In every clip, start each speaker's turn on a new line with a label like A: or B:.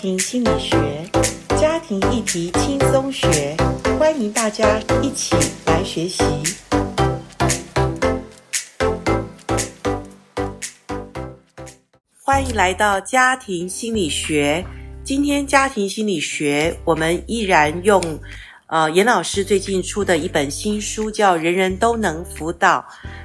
A: 庭心理学，家庭议题轻松学，欢迎大家一起来学习。欢迎来到家庭心理学。今天家庭心理学，我们依然用呃严老师最近出的一本新书，叫《人人都能辅导》，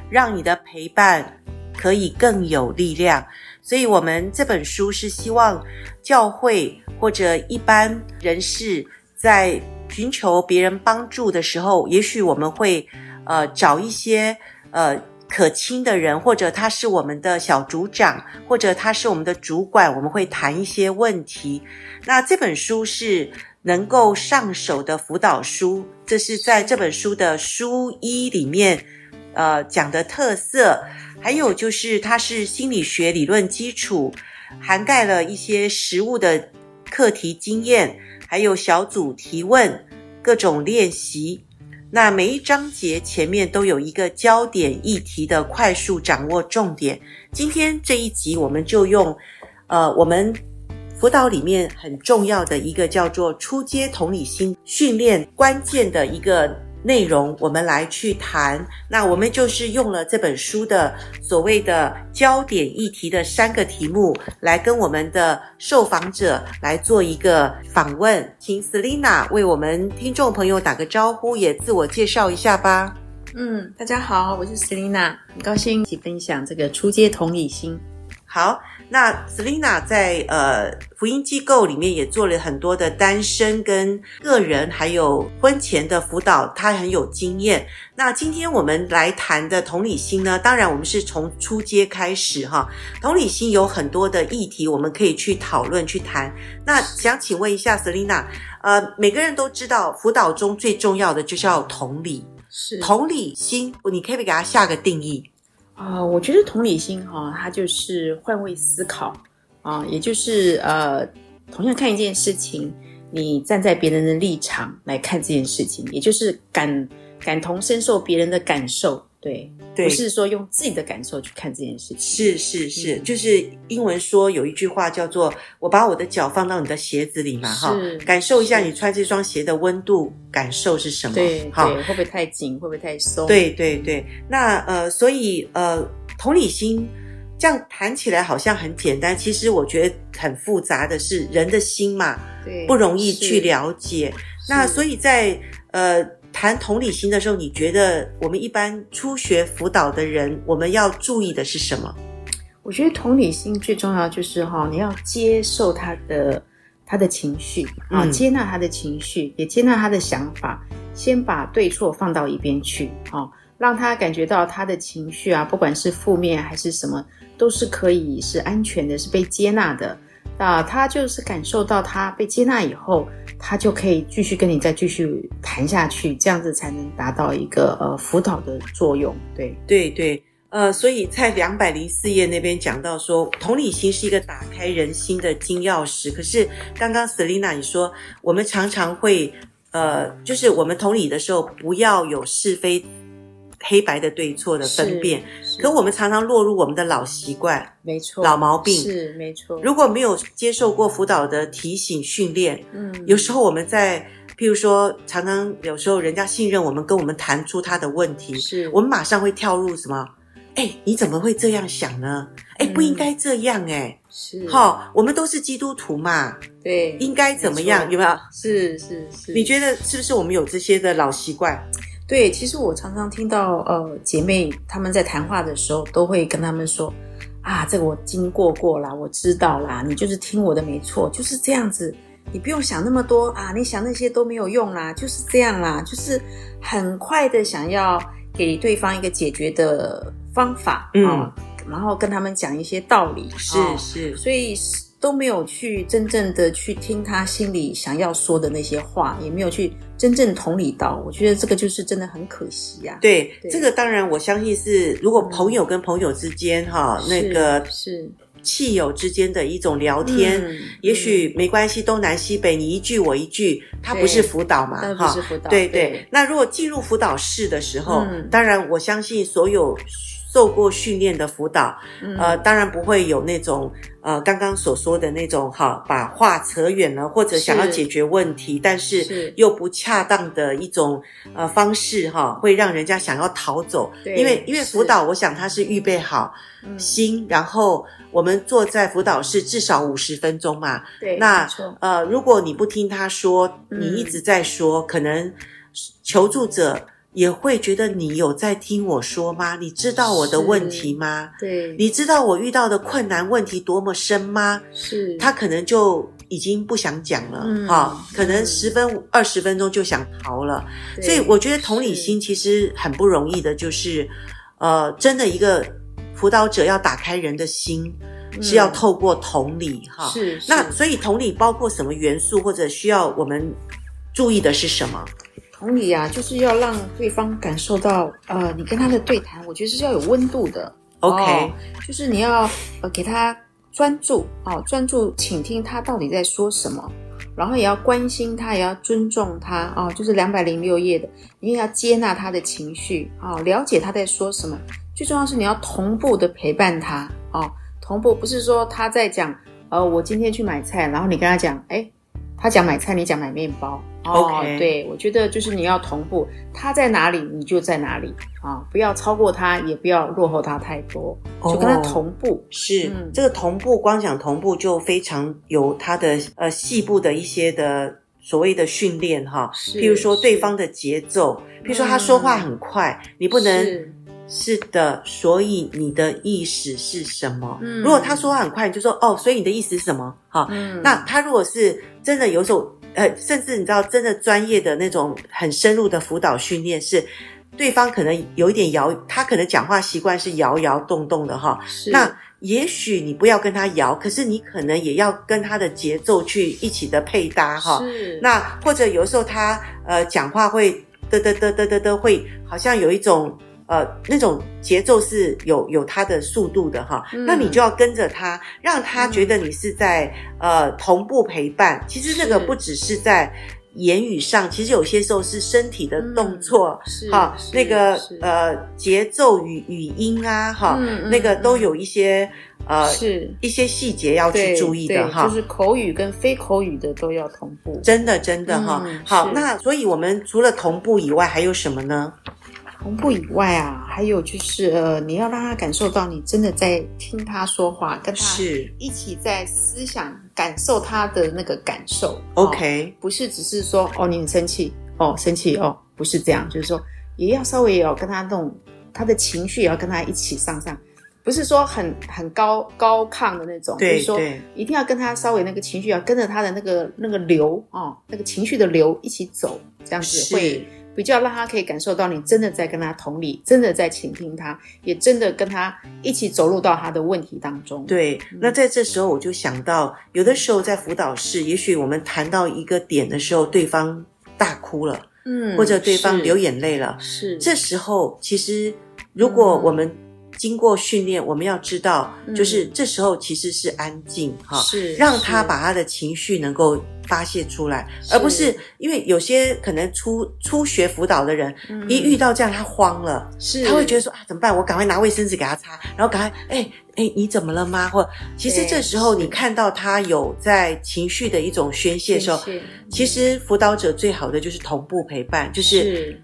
A: 让你的陪伴可以更有力量。所以，我们这本书是希望教会或者一般人士在寻求别人帮助的时候，也许我们会呃找一些呃可亲的人，或者他是我们的小组长，或者他是我们的主管，我们会谈一些问题。那这本书是能够上手的辅导书，这是在这本书的书一里面呃讲的特色。还有就是，它是心理学理论基础，涵盖了一些实务的课题经验，还有小组提问、各种练习。那每一章节前面都有一个焦点议题的快速掌握重点。今天这一集，我们就用，呃，我们辅导里面很重要的一个叫做初阶同理心训练关键的一个内容，我们来去谈。那我们就是用了这本书的所谓的焦点议题的三个题目，来跟我们的受访者来做一个访问。请 Selina 为我们听众朋友打个招呼，也自我介绍一下吧。
B: 嗯，大家好，我是 Selina，很高兴一起分享这个初阶同理心。
A: 好，那 Selina 在呃福音机构里面也做了很多的单身跟个人，还有婚前的辅导，她很有经验。那今天我们来谈的同理心呢，当然我们是从初阶开始哈。同理心有很多的议题，我们可以去讨论去谈。那想请问一下 Selina，呃，每个人都知道辅导中最重要的就是要有同理，
B: 是
A: 同理心，你可不可以给它下个定义？
B: 啊、我觉得同理心哈、它就是换位思考啊、也就是呃，同样看一件事情，你站在别人的立场来看这件事情，也就是感感同身受别人的感受，对，
A: 对
B: 不是说用自己的感受去看这件事情。
A: 是是是，
B: 嗯
A: 就是英文说有一句话叫做“我把我的脚放到你的鞋子里嘛”，哈
B: 是，
A: 感受一下
B: 是
A: 你穿这双鞋的温度，感受是什么？
B: 对
A: 好，
B: 对，会不会太紧？会不会太松？
A: 对对对，那呃，所以呃，同理心这样谈起来好像很简单，其实我觉得很复杂的是人的心嘛，
B: 对，
A: 不容易去
B: 是。
A: 了解。那
B: 是
A: 所以在呃谈同理心的时候，你觉得我们一般初学辅导的人，我们要注意的是什么？
B: 我觉得同理心最重要就是哈、你要接受他的他的情绪啊，
A: 嗯
B: 接纳他的情绪，也接纳他的想法，先把对错放到一边去啊，让他感觉到他的情绪啊，不管是负面还是什么，都是可以是安全的，是被接纳的。啊，他就是感受到他被接纳以后，他就可以继续跟你再继续谈下去，这样子才能达到一个呃辅导的作用。对，
A: 对对，呃，所以在两百零四页那边讲到说，同理心是一个打开人心的金钥匙。可是刚刚 Selina 你说，我们常常会，呃，就是我们同理的时候，不要有是非黑白的对错的分辨。
B: 是，
A: 可我们常常落入我们的老习惯、
B: 没错，
A: 老毛病。
B: 是没错。
A: 如果没有接受过辅导的提醒训练，
B: 嗯，
A: 有时候我们在，譬如说，常常有时候人家信任我们，跟我们谈出他的问题，
B: 是
A: 我们马上会跳入什么？哎，你怎么会这样想呢？哎，
B: 嗯
A: 不应该这样哎、
B: 是
A: 好、我们都是基督徒嘛，
B: 对，
A: 应该怎么样？
B: 没错嗯
A: 有没有？
B: 是是是，
A: 你觉得是不是我们有这些的老习惯？
B: 对？其实我常常听到呃姐妹她们在谈话的时候，都会跟她们说啊，这个我经过过啦，我知道啦，你就是听我的没错，就是这样子。你不用想那么多啊，你想那些都没有用啦，就是这样啦，就是很快的想要给对方一个解决的方法，
A: 嗯
B: 哦然后跟他们讲一些道理，哦
A: 是
B: 所以是都没有去真正的去听他心里想要说的那些话，也没有去真正同理到。我觉得这个就是真的很可惜呀、
A: 对，
B: 对嗯
A: 这个当然我相信是，如果朋友跟朋友之间哈、
B: 是
A: 那个
B: 是
A: 气友之间的一种聊天，
B: 嗯
A: 也许没关系，东南西北你一句我一句，它不是辅导嘛
B: 但不
A: 哈
B: 嗯是。辅导，
A: 对对，，那如果进入辅导室的时候，
B: 嗯
A: 当然我相信所有受过训练的辅导，呃
B: 嗯
A: 呃，当然不会有那种呃刚刚所说的那种哈，把话扯远了，或者想要
B: 是
A: 解决问题，但是
B: 是
A: 又不恰当的一种呃方式哈，会让人家想要逃走。
B: 对
A: 因为因为
B: 是
A: 辅导，我想他是预备好
B: 嗯，
A: 心，然后我们坐在辅导室至少五十分钟嘛，
B: 对，
A: 那
B: 没错
A: 呃，如果你不听他说，
B: 嗯
A: 你一直在说，可能求助者也会觉得你有在听我说吗？你知道我的问题吗？
B: 对，
A: 你知道我遇到的困难问题多么深吗？
B: 是
A: 他可能就已经不想讲了，哈、
B: 嗯
A: 可能
B: 嗯
A: 十分二十分钟就想逃了。
B: 对
A: 所以我觉得同理
B: 是
A: 心其实很不容易的，就是，呃，真的一个辅导者要打开人的心，是要
B: 嗯
A: 透过同理，哈、
B: 是
A: 那
B: 是
A: 所以同理包括什么元素，或者需要我们注意的是什么？
B: 同理啊，就是要让对方感受到，呃，你跟他的对谈，我觉得是要有温度的。
A: OK
B: 哦就是你要呃给他专注哦，专注倾听他到底在说什么，然后也要关心他，也要尊重他哦，就是两百零六页的，你也要接纳他的情绪哦，了解他在说什么。最重要是你要同步的陪伴他哦，同步不是说他在讲，呃，我今天去买菜，然后你跟他讲，哎，他讲买菜，你讲买面包。哦
A: OK
B: 对，我觉得就是你要同步，他在哪里你就在哪里啊、不要超过他，也不要落后他太多，就跟他
A: 哦
B: 同步。
A: 是、
B: 嗯
A: 这个同步，光讲同步就非常有它的呃细部的一些的所谓的训练哈，
B: 是
A: 譬如说对
B: 是
A: 方的节奏，譬如说他说话很快，你不能
B: 是
A: 是的，所以你的意思是什么？
B: 嗯
A: 如果他说话很快，你就说哦，所以你的意思是什么？哈、
B: 嗯，
A: 哦那他如果是真的有一种呃，甚至你知道，真的专业的那种很深入的辅导训练是。对方可能有一点摇，他可能讲话习惯是摇摇动动的哈。
B: 是
A: 那也许你不要跟他摇，可是你可能也要跟他的节奏去一起的配搭哈。
B: 是
A: 那或者有时候他呃讲话会嘚嘚嘚嘚嘚嘚，会好像有一种呃那种节奏是有有他的速度的哈。
B: 嗯
A: 那你就要跟着他，让他觉得你是在呃同步陪伴。其实这个
B: 是
A: 不只是在言语上，其实有些时候是身体的动作。
B: 嗯是
A: 哈，
B: 是
A: 那个
B: 是
A: 呃节奏与语音啊，哈，
B: 嗯嗯
A: 那个都有一些呃
B: 是
A: 一些细节要去
B: 对
A: 注意的
B: 对
A: 哈。
B: 就是口语跟非口语的都要同步。
A: 真的，真的哈、
B: 嗯
A: 好，
B: 是
A: 那所以我们除了同步以外，还有什么呢？
B: 同步以外啊，还有就是呃，你要让他感受到你真的在听他说话，跟他
A: 是
B: 一起在思想感受他的那个感受。哦
A: OK，
B: 不是只是说哦，你很生气哦，生气哦，不是这样，就是说也要稍微也要跟他弄，他的情绪也要跟他一起上上，不是说很很高高亢的那种，哦就
A: 对
B: 是说
A: 对
B: 一定要跟他稍微那个情绪要跟着他的那个那个流哦，那个情绪的流一起走，这样子会
A: 是
B: 比较让他可以感受到你真的在跟他同理，真的在倾听他，也真的跟他一起走入到他的问题当中。，
A: 对。那在这时候，我就想到，有的时候在辅导室，也许我们谈到一个点的时候，对方大哭了，
B: 嗯
A: 或者对方
B: 是
A: 流眼泪了，
B: 是
A: 这时候，其实如果我们经过训练，我们要知道，
B: 嗯
A: 就是这时候其实是安静哈，
B: 是
A: 让他
B: 是
A: 把他的情绪能够发泄出来，
B: 是
A: 而不是因为有些可能初初学辅导的人，
B: 嗯
A: 一遇到这样他慌了，
B: 是
A: 他会觉得说啊怎么办？我赶快拿卫生纸给他擦，然后赶快哎哎你怎么了吗？或其实
B: 对
A: 这时候
B: 是
A: 你看到他有在情绪的一种宣泄的时候，
B: 宣泄
A: 其实辅导者最好的就是同步陪伴，就是。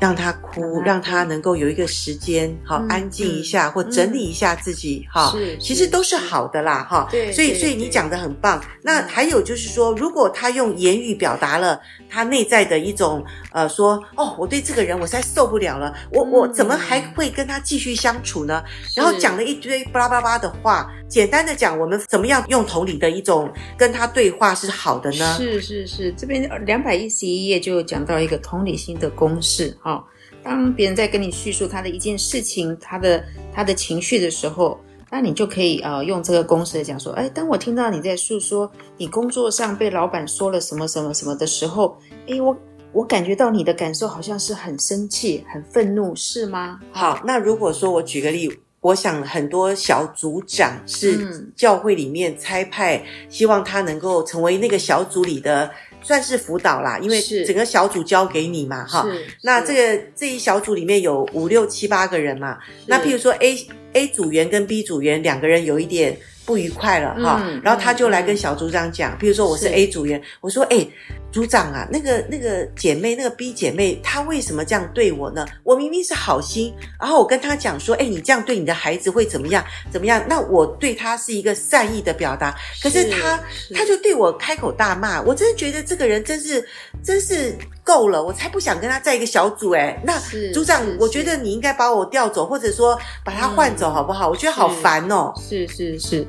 A: 让他哭，让
B: 让他哭
A: 他能够有一个时间，好、
B: 嗯
A: 安静一下、
B: 嗯
A: 或整理一下自己，哈、
B: 是
A: 其实
B: 是
A: 都是
B: 是
A: 好的啦，哈。
B: 对
A: 所以
B: 对
A: 所以你
B: 对嗯
A: 讲的很棒。那还有就是说，如果他用言语表达了他内在的一种呃，说哦，我对这个人我实在受不了了，我
B: 嗯
A: 我怎么还会跟他继续相处呢？然后讲了一堆巴拉巴拉的话，简单的讲，我们怎么样用同理的一种跟他对话是好的呢？
B: 是是是，这边呃两百一十一页就讲到一个同理心的公式哈、哦。当别人在跟你叙述他的一件事情，他的他的情绪的时候，那你就可以呃用这个公式来讲说，哎，当我听到你在诉说你工作上被老板说了什么什么什么的时候，哎，我我感觉到你的感受好像是很生气、很愤怒，是吗？
A: 好，那如果说我举个例，我想很多小组长是
B: 嗯
A: 教会里面差派，希望他能够成为那个小组里的算是辅导啦，因为
B: 是
A: 整个小组交给你嘛，哈。
B: 是，
A: 那
B: 是
A: 这个这一小组里面有五六七八个人嘛，那譬如说 A A 组员跟 B 组员两个人有一点不愉快了哈、
B: 嗯
A: 然后他就来
B: 嗯
A: 跟小组长讲，比如说我是
B: 是
A: A 组员，我说哎，组长啊，那个那个姐妹，那个 B 姐妹，她为什么这样对我呢？我明明是好心，然后我跟她讲说，哎，你这样对你的孩子会怎么样怎么样？那我对她是一个善意的表达，可是他他就对我开口大骂，我真的觉得这个人真是真是够了，我才不想跟他在一个小组哎、那
B: 是
A: 组长
B: 是，
A: 我觉
B: 是嗯
A: 得你应该把我调走，或者说把他换走好不好？我觉得好烦哦。
B: 是是是，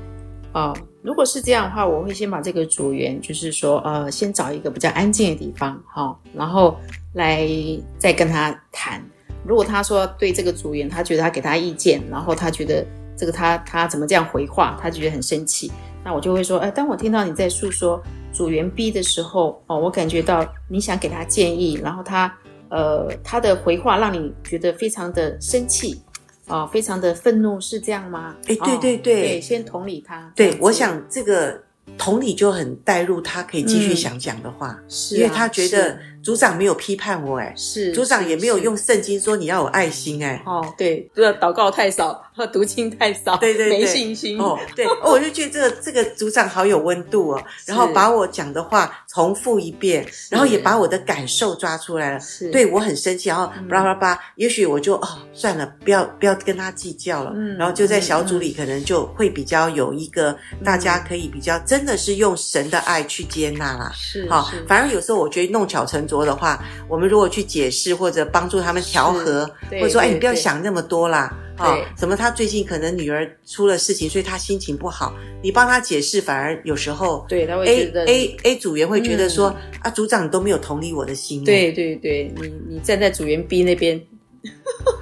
B: 哦，如果是这样的话，我会先把这个组员，就是说，呃，先找一个比较安静的地方，哈、然后来再跟他谈。如果他说对这个组员，他觉得他给他意见，然后他觉得这个他他怎么这样回话，他就觉得很生气，那我就会说，哎、当我听到你在诉说组员 B 的时候，哦，我感觉到你想给他建议，然后他呃他的回话让你觉得非常的生气。哦，非常的愤怒，是这样吗？
A: 哎对
B: 哦
A: 对对
B: 对，先同理他。这
A: 对
B: 样，子
A: 我想这个同理就很带入他可以继续
B: 嗯
A: 想讲的话，
B: 是啊、
A: 因为他觉得
B: 是
A: 组长没有批判我哎、
B: 是
A: 组长也没有
B: 是
A: 用圣经说你要有爱心哎、
B: 哦， 对，这祷告太少，读经太少，
A: 对对对
B: 没信心。
A: 哦，对，哦，我就觉得这个这个组长好有温度哦，然后把我讲的话重复一遍，然后也把我的感受抓出来了。
B: 是
A: 对我很生气，然后
B: 嗯
A: 巴拉巴拉，也许我就哦算了，不要不要跟他计较了，
B: 嗯
A: 然后就在小组里可能就会比较有一个大家可以比较真的是用神的爱去接纳啦。
B: 是
A: 好
B: 是，
A: 反而有时候我觉得弄巧成拙的话，我们如果去解释或者帮助他们调和，
B: 对
A: 或者说哎，
B: 对
A: 你不要
B: 对
A: 想那么多啦，啊、
B: 对
A: 什么他最近可能女儿出了事情，所以他心情不好，你帮他解释，反而有时候
B: 对，他会觉
A: A
B: 得
A: A A 组员会觉得说、
B: 嗯
A: 啊，组长你都没有同理我的心，，
B: 对对对，你你站在组员 B 那边，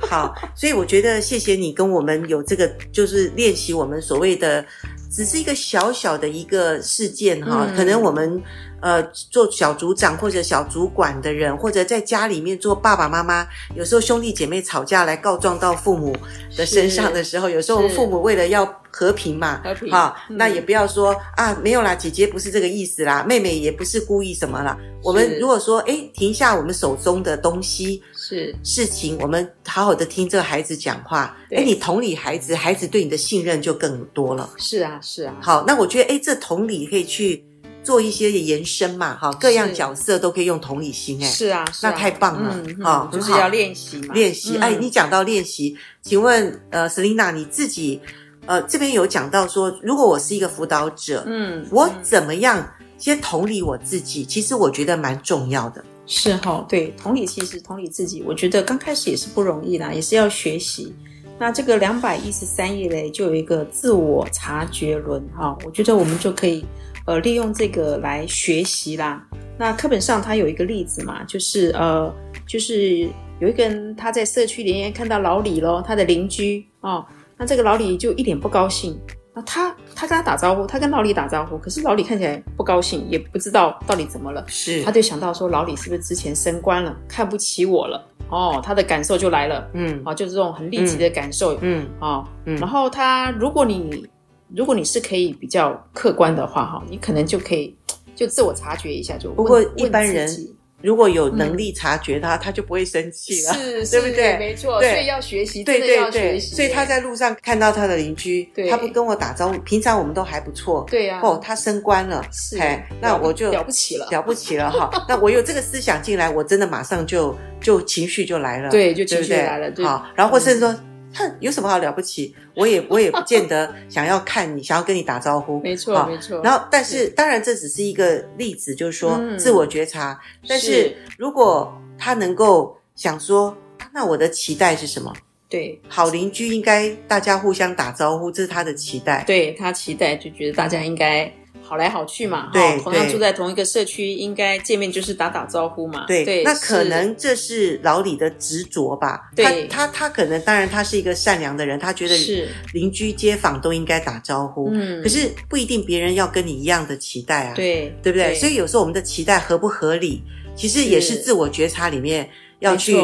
A: 好，所以我觉得谢谢你跟我们有这个，就是练习我们所谓的，只是一个小小的一个事件哈、
B: 嗯
A: 可能我们呃做小组长或者小主管的人，或者在家里面做爸爸妈妈，有时候兄弟姐妹吵架来告状到父母的身上的时候，有时候我们
B: 是
A: 父母为了要和平嘛，
B: 和平
A: 哈、
B: 嗯
A: 那也不要说啊，没有啦，姐姐不是这个意思啦，妹妹也不是故意什么啦。我们
B: 是
A: 如果说哎，停下我们手中的东西，
B: 是
A: 事情，我们好好的听这个孩子讲话。
B: 对
A: 哎，你同理孩子，孩子对你的信任就更多了。
B: 是啊是啊，
A: 好，那我觉得哎，这同理可以去做一些延伸嘛，哈，各样角色都可以用同理心，哎，
B: 是啊，是啊
A: 那太棒了
B: 嗯嗯
A: 哦
B: 就是
A: 很好
B: 要练习嘛，
A: 练习。
B: 嗯
A: 哎，你讲到练习，请问呃，Selina 你自己呃这边有讲到说，如果我是一个辅导者，
B: 嗯，
A: 我
B: 嗯
A: 怎么样先同理我自己？其实我觉得蛮重要的。
B: 是哈、对，同理其实同理自己，我觉得刚开始也是不容易啦，也是要学习。那这个两百一十三页嘞，就有一个自我察觉轮哈、我觉得我们就可以呃利用这个来学习啦。那课本上它有一个例子嘛，就是呃就是有一个人他在社区里面看到老李咯，他的邻居哦，那这个老李就一脸不高兴。那他他跟他打招呼，他跟老李打招呼，可是老李看起来不高兴，也不知道到底怎么了。
A: 是
B: 他就想到说，老李是不是之前升官了，看不起我了？哦，他的感受就来了，
A: 嗯
B: 哦，就是这种很立即的感受，
A: 嗯
B: 哦，
A: 嗯
B: 然后他，如果你如果你是可以比较客观的话，哈、你可能就可以就自我察觉一下，就
A: 不过
B: 问
A: 一般人
B: 问自己
A: 如果有
B: 嗯
A: 能力察觉他，他就不会生气了。
B: 是，
A: 对不
B: 是
A: 对
B: 没错，
A: 对
B: 所以要学习，
A: 对
B: 真的
A: 对
B: 要
A: 对，
B: 学习，
A: 所以他在路上看到他的邻居
B: 对，
A: 他不跟我打招呼，平常我们都还不错。
B: 对啊，
A: 哦，他升官了，
B: 是
A: 嘿，那
B: 了不
A: 我就
B: 了不起了，
A: 了不起了 哈。那我有这个思想进来，我真的马上就就情绪就来了，
B: 对就情绪
A: 不对
B: 来了对嗯
A: 好，然后或甚至说，哼，有什么好了不起？我也我也不见 得想要看你，想要跟你打招呼。
B: 没错
A: 好
B: 没错，
A: 然后，但是当然这只是一个例子，就是说
B: 嗯
A: 自我觉察。但是
B: 是
A: 如果他能够想说，啊那我的期待是什么？
B: 对。
A: 好邻居应该大家互相打招呼，这是他的期待。
B: 对他期待，就觉得大家应该好来好去嘛，哈
A: 对
B: 同样
A: 对
B: 住在同一个社区，应该见面就是打打招呼嘛，
A: 对，
B: 对，
A: 那可
B: 是
A: 能这是老李的执着吧。
B: 对
A: 他他他可能，当然他是一个善良的人，他觉得
B: 是，
A: 邻居街坊都应该打招呼。
B: 嗯，
A: 可是不一定别人要跟你一样的期待啊，
B: 对
A: 对不对？所
B: 以
A: 以有时候我们的期待合不合理，其实也是
B: 是
A: 自我觉察里面要去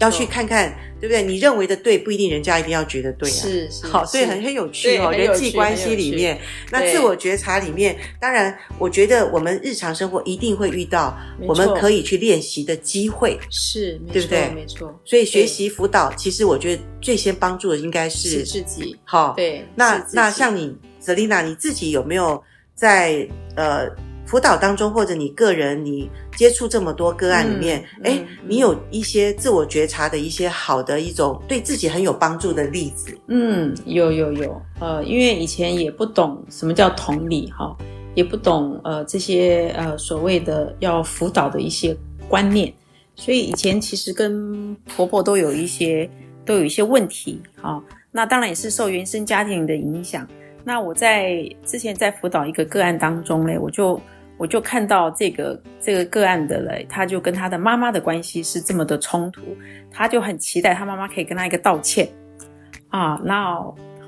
A: 要去看看，对不对？你认为的对，不一定人家一定要觉得对啊。
B: 是是
A: 好，所以很
B: 是
A: 很有趣哦，
B: 对很有
A: 人
B: 趣
A: 际关系里面，那
B: 对
A: 自我觉察里面，当然，我觉得我们日常生活一定会遇到
B: 没
A: 我们
B: 错
A: 可以去练习的机会，
B: 是，没
A: 对不
B: 错
A: 对
B: 没错，
A: 所以学习辅导，其实我觉得最先帮助的应该是
B: 是自己，
A: 好。
B: 对，
A: 那
B: 是自
A: 那
B: 己
A: 像你 Selina 你自己有没有在呃辅导当中，或者你个人你接触这么多个案里面，
B: 嗯
A: 哎、
B: 嗯
A: 你有一些自我觉察的一些好的一种对自己很有帮助的例子？
B: 嗯，有有有，呃，因为以前也不懂什么叫同理哈、也不懂呃这些呃所谓的要辅导的一些观念，所以以前其实跟婆婆都有一些都有一些问题哈、那当然也是受原生家庭的影响。那我在之前在辅导一个个案当中嘞，我就我就看到这个这个个案的嘞，他就跟他的妈妈的关系是这么的冲突，他就很期待他妈妈可以跟他一个道歉。啊，那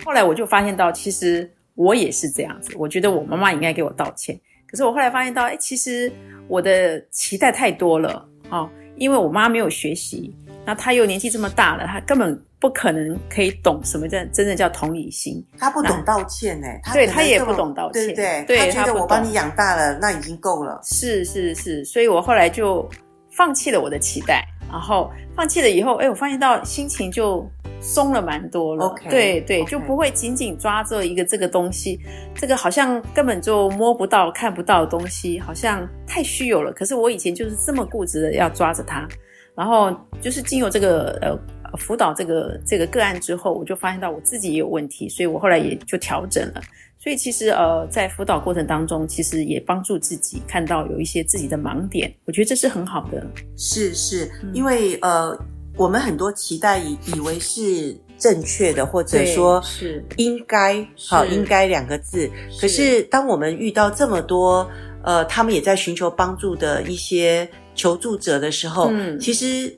B: 后来我就发现到，其实我也是这样子，我觉得我妈妈应该给我道歉。可是我后来发现到，哎，其实我的期待太多了啊，因为我妈没有学习，那她又年纪这么大了，她根本不可能可以懂什么叫真的叫同理心。
A: 他不懂
B: 那
A: 道歉呢、他
B: 对
A: 可能
B: 他也
A: 这么
B: 不懂道歉
A: 对不对？
B: 对
A: 他觉
B: 他
A: 得
B: 不
A: 我帮
B: 懂
A: 你养大了，那已经够了。
B: 是是是，所以我后来就放弃了我的期待，然后放弃了以后，哎，我发现到心情就松了蛮多了。
A: OK，
B: 对对
A: OK
B: 就不会紧紧抓着一个这个东西，这个好像根本就摸不到、看不到的东西，好像太虚有了。可是我以前就是这么固执的要抓着它，然后就是经由这个呃。辅导这个这个个案之后，我就发现到我自己也有问题，所以我后来也就调整了。所以其实呃，在辅导过程当中，其实也帮助自己看到有一些自己的盲点，我觉得这是很好的。
A: 是是
B: 嗯，
A: 因为呃，我们很多期待以以为是正确的，或者
B: 对
A: 说
B: 是
A: 应该好
B: 是
A: 应该两个字。可是当我们遇到这么多呃，他们也在寻求帮助的一些求助者的时候，
B: 嗯
A: 其实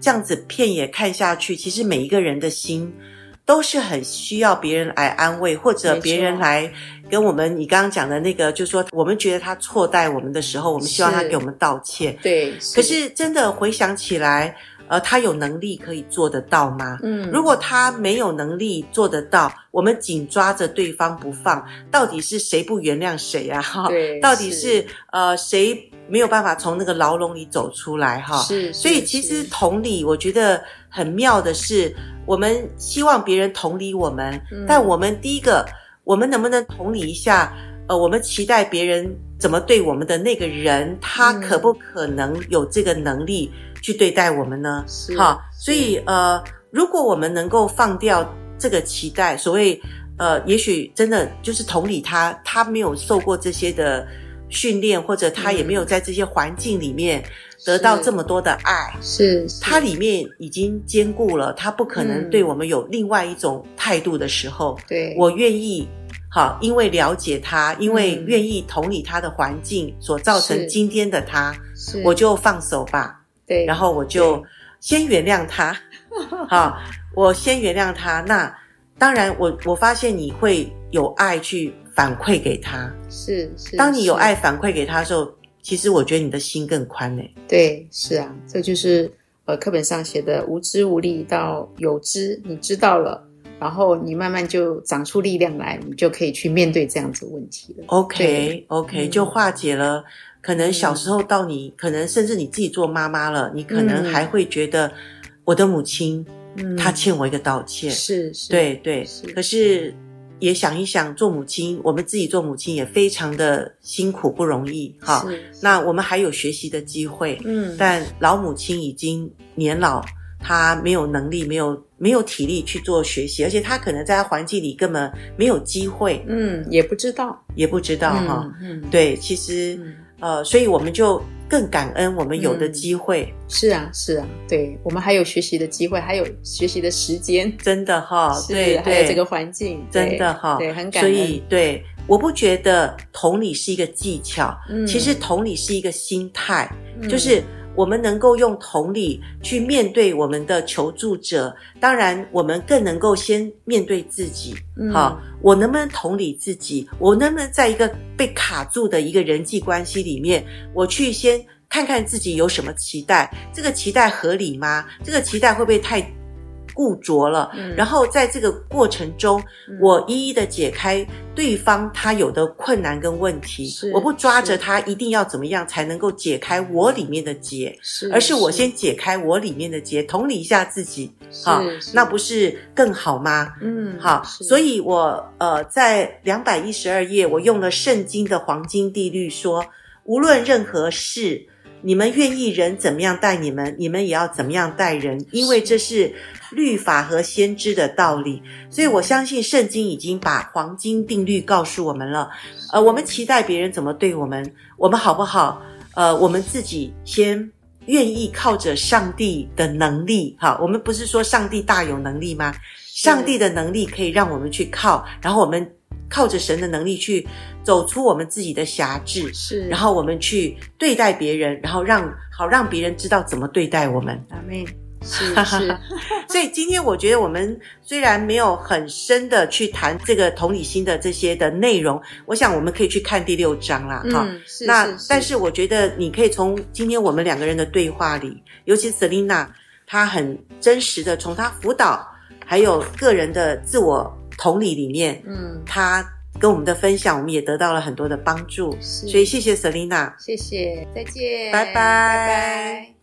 A: 这样子片野看下去，其实每一个人的心。都是很需要别人来安慰，或者
B: 没错
A: 别人来跟我们。你刚刚讲的那个，就是说我们觉得他错待我们的时候，我们希望他
B: 是
A: 给我们道歉。
B: 对，
A: 可是真的回想起来，呃，他有能力可以做得到吗？
B: 嗯，
A: 如果他没有能力做得到，我们紧抓着对方不放，到底是谁不原谅谁啊？哈，
B: 对
A: 到底是呃谁没有办法从那个牢笼里走出来？哈，
B: 是，
A: 所以其实同理，我觉得很妙的是，我们希望别人同理我们，
B: 嗯
A: 但我们第一个，我们能不能同理一下？呃，我们期待别人怎么对我们的那个人，他
B: 嗯
A: 可不可能有这个能力去对待我们呢？
B: 嗯是
A: 哈，所以呃，如果我们能够放掉这个期待，所谓呃，也许真的就是同理他，他没有受过这些的训练，或者他也
B: 嗯
A: 没有在这些环境里面得到这么多的爱，
B: 是
A: 它里面已经兼顾了，他不可能
B: 嗯
A: 对我们有另外一种态度的时候，
B: 对
A: 我愿意。好，因为了解他，因为
B: 嗯嗯
A: 愿意同理他的环境所造
B: 是
A: 成今天的他，我就放手吧。
B: 对，
A: 然
B: 后
A: 后我就先原谅 他，好，我先原谅他。那当然我，我发现你会有爱去反馈给他。
B: 是是，
A: 当你有爱反馈给他的时候，其实我觉得你的心更宽嘞、
B: 对，是啊，这就是呃课本上写的无知无力到有知，你知道了，然后你慢慢就长出力量来，你就可以去面对这样子的问题
A: 哦
B: 了。
A: OK
B: 对
A: OK，、
B: 嗯
A: 就化解了。可能小时候到你，可能甚至你自己做妈妈了，你可能
B: 嗯
A: 还会觉得我的母亲、
B: 嗯，
A: 她欠我一个道歉。
B: 是是，
A: 对对
B: 是，嗯
A: 可是也想一想，做母亲，我们自己做母亲也非常的辛苦，不容易哈。
B: 是，是
A: 那我们还有学习的机会，
B: 嗯，
A: 但老母亲已经年老，她没有能力，没有没有体力去做学习，而且她可能在她环境里根本没有机会，
B: 嗯也不知道，
A: 也不知道哈。
B: 嗯，嗯，
A: 对，其实
B: 嗯
A: 呃，所以我们就更感恩我们有的
B: 嗯
A: 机会，
B: 是啊是啊，对我们还有学习的机会，还有学习的时间，
A: 真的哈。
B: 是
A: 对
B: 还有
A: 对，
B: 这个环境，
A: 真的哈
B: 对，对很感
A: 所
B: 恩，
A: 以对，我不觉得同理是一个技巧。
B: 嗯
A: 其实同理是一个心态，
B: 嗯
A: 就是我们能够用同理去面对我们的求助者，当然我们更能够先面对自己。
B: 嗯
A: 好，我能不能同理自己？我能不能在一个被卡住的一个人际关系里面，我去先看看自己有什么期待？这个期待合理吗？这个期待会不会太固着了。
B: 嗯
A: 然后在这个过程中，
B: 嗯
A: 我一一的解开对方他有的困难跟问题
B: 是，
A: 我不抓
B: 是
A: 着他一定要怎么样才能够解开我里面的结，
B: 嗯是，
A: 而是我先解开我里面的结，同理一下自己，
B: 啊
A: 啊，那不是更好吗？
B: 嗯
A: 好，
B: 是
A: 所以我呃在两百一十二页，我用了圣经的黄金定律说，无论任何事，你们愿意人怎么样待你们，你们也要怎么样待人，因为这是律法和先知的道理。所以我相信圣经已经把黄金定律告诉我们了。呃，我们期待别人怎么对我们，我们好不好？呃，我们自己先愿意靠着上帝的能力，哈，我们不是说上帝大有能力吗？上帝的能力可以让我们去靠，然后我们靠着神的能力去走出我们自己的辖制，
B: 是，
A: 然后我们去对待别人，然后让好让别人知道怎么对待我们。
B: 阿妹 是是
A: 所以今天我觉得我们虽然没有很深的去谈这个同理心的这些的内容，我想我们可以去看第六章啦，哈、
B: 嗯是，
A: 那
B: 是
A: 但是我觉得你可以从今天我们两个人的对话里，尤其 Selina，她很真实的从她辅导还有个人的自我同理里面，
B: 嗯
A: 她跟我们的分享，我们也得到了很多的帮助。
B: 是，
A: 所以谢谢 Selina。
B: 谢谢，再见，
A: 拜拜
B: 拜拜